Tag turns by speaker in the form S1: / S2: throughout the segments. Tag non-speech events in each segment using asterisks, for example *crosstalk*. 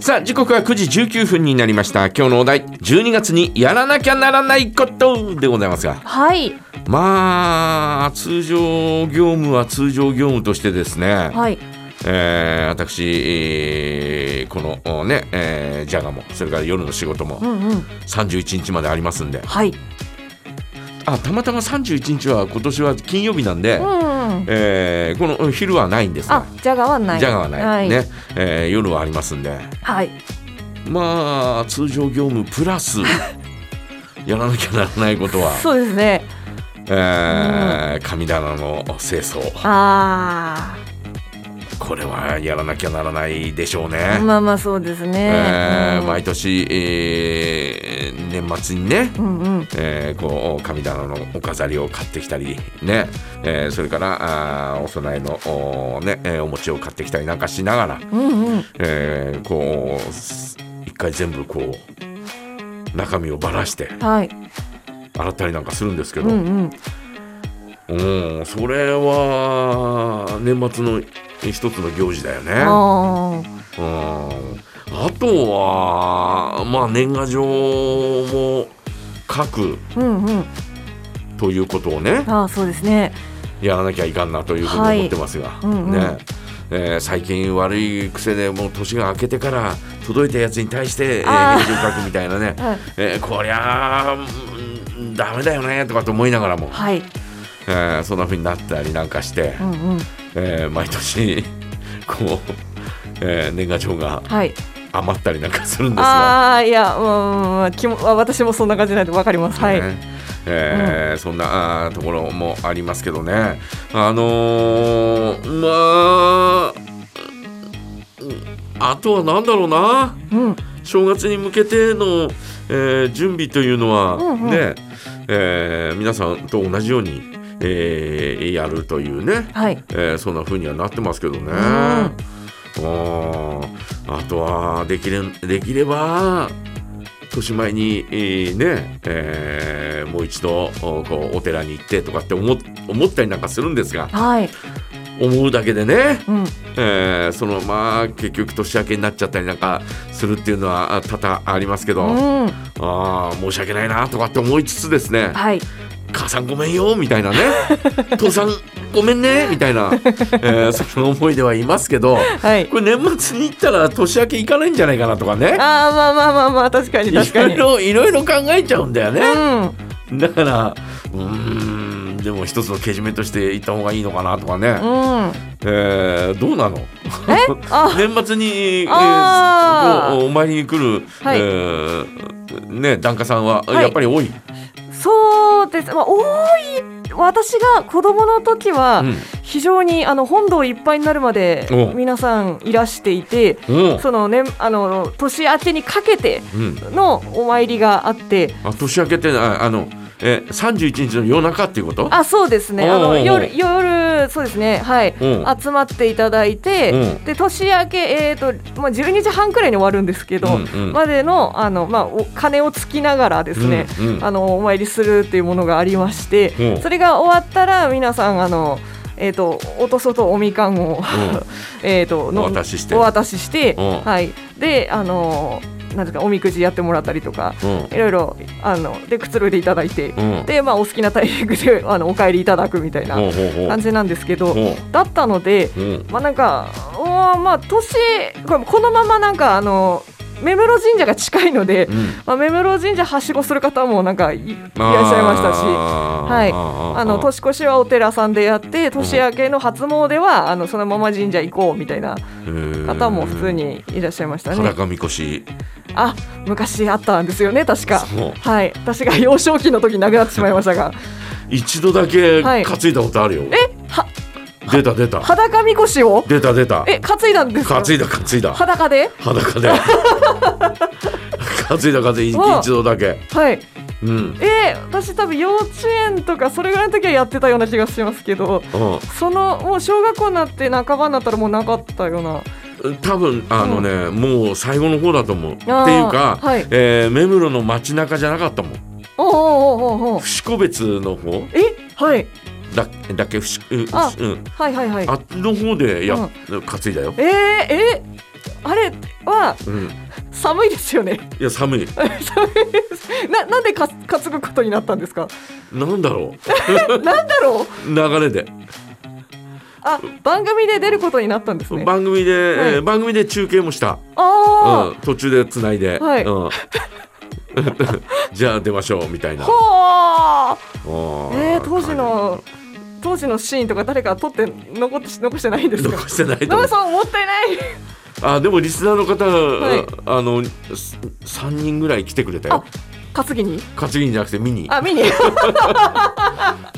S1: さあ時刻は9時19分になりました今日のお題12月にやらなきゃならないことでございますが
S2: はい
S1: まあ通常業務は通常業務としてですね、
S2: はい
S1: えー私、えーこのおね、えージャガもそれから夜の仕事も
S2: うんうん
S1: 31日までありますんで
S2: はい
S1: あたまたま31日は今年は金曜日なんで、
S2: うんうん
S1: えーこの昼はないんです
S2: あ
S1: が
S2: ジャガはない
S1: ジャガはない、
S2: はい、
S1: ねえー夜はありますんで
S2: はい
S1: まあ通常業務プラ
S2: *laughs*
S1: スやらなきゃならないことは、
S2: そうですね
S1: えー神棚の清掃
S2: あ
S1: これはやらなきゃならないでしょうね
S2: あ。まあまあそうですね、
S1: えー
S2: うん
S1: 毎年、えー年末にね、
S2: うんうん
S1: えーこう神棚のお飾りを買ってきたりね、えーそれからあーお供えのお,、ねえーお餅を買ってきたりなんかしながら、
S2: うんうん
S1: えーこうす一回全部こう中身をばらして
S2: はい
S1: 洗ったりなんかするんですけ
S2: う
S1: ど、
S2: んうん
S1: うんそれは年末の一つの行事だよね。
S2: あ
S1: うんあとは、まあ、年賀状も書く
S2: ーうんうん
S1: ということをね
S2: あーそうですね
S1: やらなきゃいかんなというふうに
S2: はい
S1: 思ってますが、
S2: うんうん
S1: ねえー最近悪い癖でもう年が明けてから届いたやつに対して、えー、
S2: あー
S1: 返事を書くみたいなね、
S2: *laughs* はい
S1: えーこりゃあうんダメだよねとかと思いながらも、
S2: はい
S1: えーそんなふうになったりなんかして、
S2: うんうん
S1: えー毎年こう、えー年賀状が
S2: はい
S1: 余ったりなんかするんですが。
S2: ああいやうんきもあ私もそんな感じなんでわかりますはい、
S1: ねえーそんなあーところもありますけどねあのーまあうんあとは何だろうな
S2: うん
S1: 正月に向けての、えー準備というのは、
S2: うんうん
S1: ね、えー皆さんと同じように、えーやるというね、
S2: はい
S1: えーそんな風にはなってますけどね。うんあとはできれできれば年前に、えーね、えーもう一度おこうお寺に行ってとかって思っ思ったりなんかするんですが
S2: はい
S1: 思うだけでね、
S2: うん
S1: えーそのまあ結局年明けになっちゃったりなんかするっていうのはあ多々ありますけど、あ
S2: うん
S1: あー申し訳ないなとかって思いつつですね
S2: はい
S1: 母さんごめんよみたい
S2: *laughs*
S1: なね父さんごめんねみたいな、えーその思いではいますけど
S2: はい
S1: これ年末に行ったら年明け行かないんじゃないかなとかね
S2: ああまあまあまあまあ確かに
S1: い
S2: 確か
S1: ろ
S2: に
S1: いろいろいろ考えちゃうんだよ
S2: う
S1: ね
S2: ん
S1: だからうーんでも一つのけじめとして行った方がいいのかなとかね、
S2: うん
S1: えーどうな *laughs* の
S2: えあ
S1: 年末に、えー
S2: あー
S1: こうお参りに来る、
S2: はい
S1: えーね檀家さんは
S2: はい
S1: やっぱり多い、
S2: そうですまあ多い私が子供の時は
S1: うん
S2: 非常にあの本堂いっぱいになるまで
S1: お
S2: 皆さんいらしていて
S1: うん
S2: そのねあの年明けにかけて
S1: うん、
S2: のお参りがあって
S1: あ年明けってああの、えー、31日の夜中っていうこと
S2: あそうですね
S1: おう
S2: あ
S1: おうおう
S2: の夜夜そうですねはい
S1: うん
S2: 集まっていただいて、
S1: うん
S2: で年明け、えーとまあ、12時半くらいに終わるんですけど、
S1: うんうん
S2: までのあの、まあ、お金をつきながらですね、
S1: うんうん
S2: あのお参りするっていうものがありまして、
S1: うん
S2: それが終わったら皆さんあの、えー、とおとそとおみかんを、 *laughs* えーとの
S1: お渡しして
S2: お渡しして
S1: うん
S2: はい、であのなんですかおみくじやってもらったりとか
S1: うん
S2: いろいろあのでくつろいでいただいて。
S1: うんうん
S2: でまあ、お好きなタイミングで *laughs* あのお帰りいただくみたいな
S1: ほうほうほう
S2: 感じなんですけど、
S1: ほ
S2: だったので、
S1: ううん
S2: まあなんか、おーまあ年これこのままなんかあの目室神社が近いので、
S1: うん
S2: まあ目室神社はしごする方もなんかいいらっし
S1: あー
S2: ゃいましたし。はい
S1: あ
S2: あの年越しはお寺さんでやって年明けの初詣はあのそのまま神社行こうみたいな方も普通にいらっしゃいましたね。
S1: 裸みこし
S2: あ昔あったんですよね確か
S1: そう。
S2: はい私が幼少期の時に亡くなってしまいましたが
S1: 一度だけ担
S2: はい
S1: いだことあるよ、
S2: は
S1: 出た出た
S2: 裸みこしを
S1: 出た出た
S2: え担いだんですか
S1: 担いだ担いだ
S2: 裸で
S1: 裸
S2: *laughs*
S1: で *laughs* 担いだ担いだ
S2: わあ
S1: 一度だけ
S2: はい
S1: うん
S2: えー私多分幼稚園とかそれぐらいの時はやってたような気がしますけど
S1: う、
S2: そのもう小学校になって半ばになったらもうなかったようなん
S1: 多分あのね、もう最後の方だと思うっていう
S2: あー
S1: か、
S2: はい
S1: えー目黒の街中じゃなかったもん
S2: おうおうおうおうおう
S1: 伏個別の方
S2: えはい
S1: だだっけ伏う
S2: あ
S1: うん
S2: はいはいはい
S1: あの方でや、担いだよ
S2: えー、えあれが
S1: うん、
S2: 寒いですよね *laughs*
S1: いや寒い
S2: 寒いですななんでか担ぐことになったん
S1: *laughs*
S2: ですか
S1: なんだろ
S2: なんだろう
S1: う流れで
S2: あ番組で出ることになったんですね
S1: 番組で、
S2: はい
S1: えー番組で中継もした、
S2: あ
S1: うん、途中でつないで、
S2: はい
S1: うん、 *laughs* じゃあ出ましょうみたい
S2: あ
S1: な
S2: はあ
S1: あー
S2: えー、当時の当時のシーンとか誰か撮って残って残してないんですか
S1: 残してないと
S2: ど
S1: 思
S2: う
S1: う
S2: そうもったい *laughs* ない
S1: あでもリスナーの方、
S2: はい
S1: あのす3人ぐらい来てくれたよ
S2: 担ぎに
S1: 担ぎにじゃなくて見に *laughs*
S2: あ見に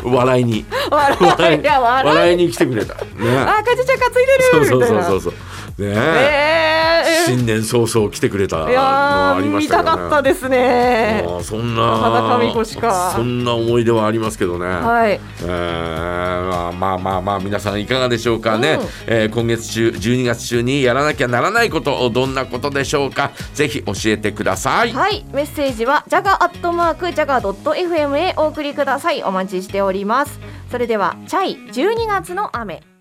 S1: 笑いに
S2: *laughs* 笑いいや笑い
S1: 笑いに来てくれたね
S2: あかじちゃん担いで
S1: そう
S2: る
S1: そ
S2: み
S1: う
S2: たい
S1: そう
S2: な
S1: そうそうねえ
S2: えー
S1: 新年早々来てくれたの
S2: いや
S1: あり
S2: ー
S1: まし
S2: 見
S1: た
S2: た
S1: よね
S2: かったですね
S1: あーそん
S2: 裸見越し
S1: な
S2: か
S1: そんな思い出はありますけどね、
S2: はい
S1: えーまあまあまあまあ皆さんいかがでしょうかね、
S2: うん
S1: えー今月中12月中にやらなきゃならないことどんなことでしょうかぜひ教えてください、
S3: はい、メッセージはジャガアットマークジャガドット FM へお送りください。お待ちしております。それではチャイ12月の雨。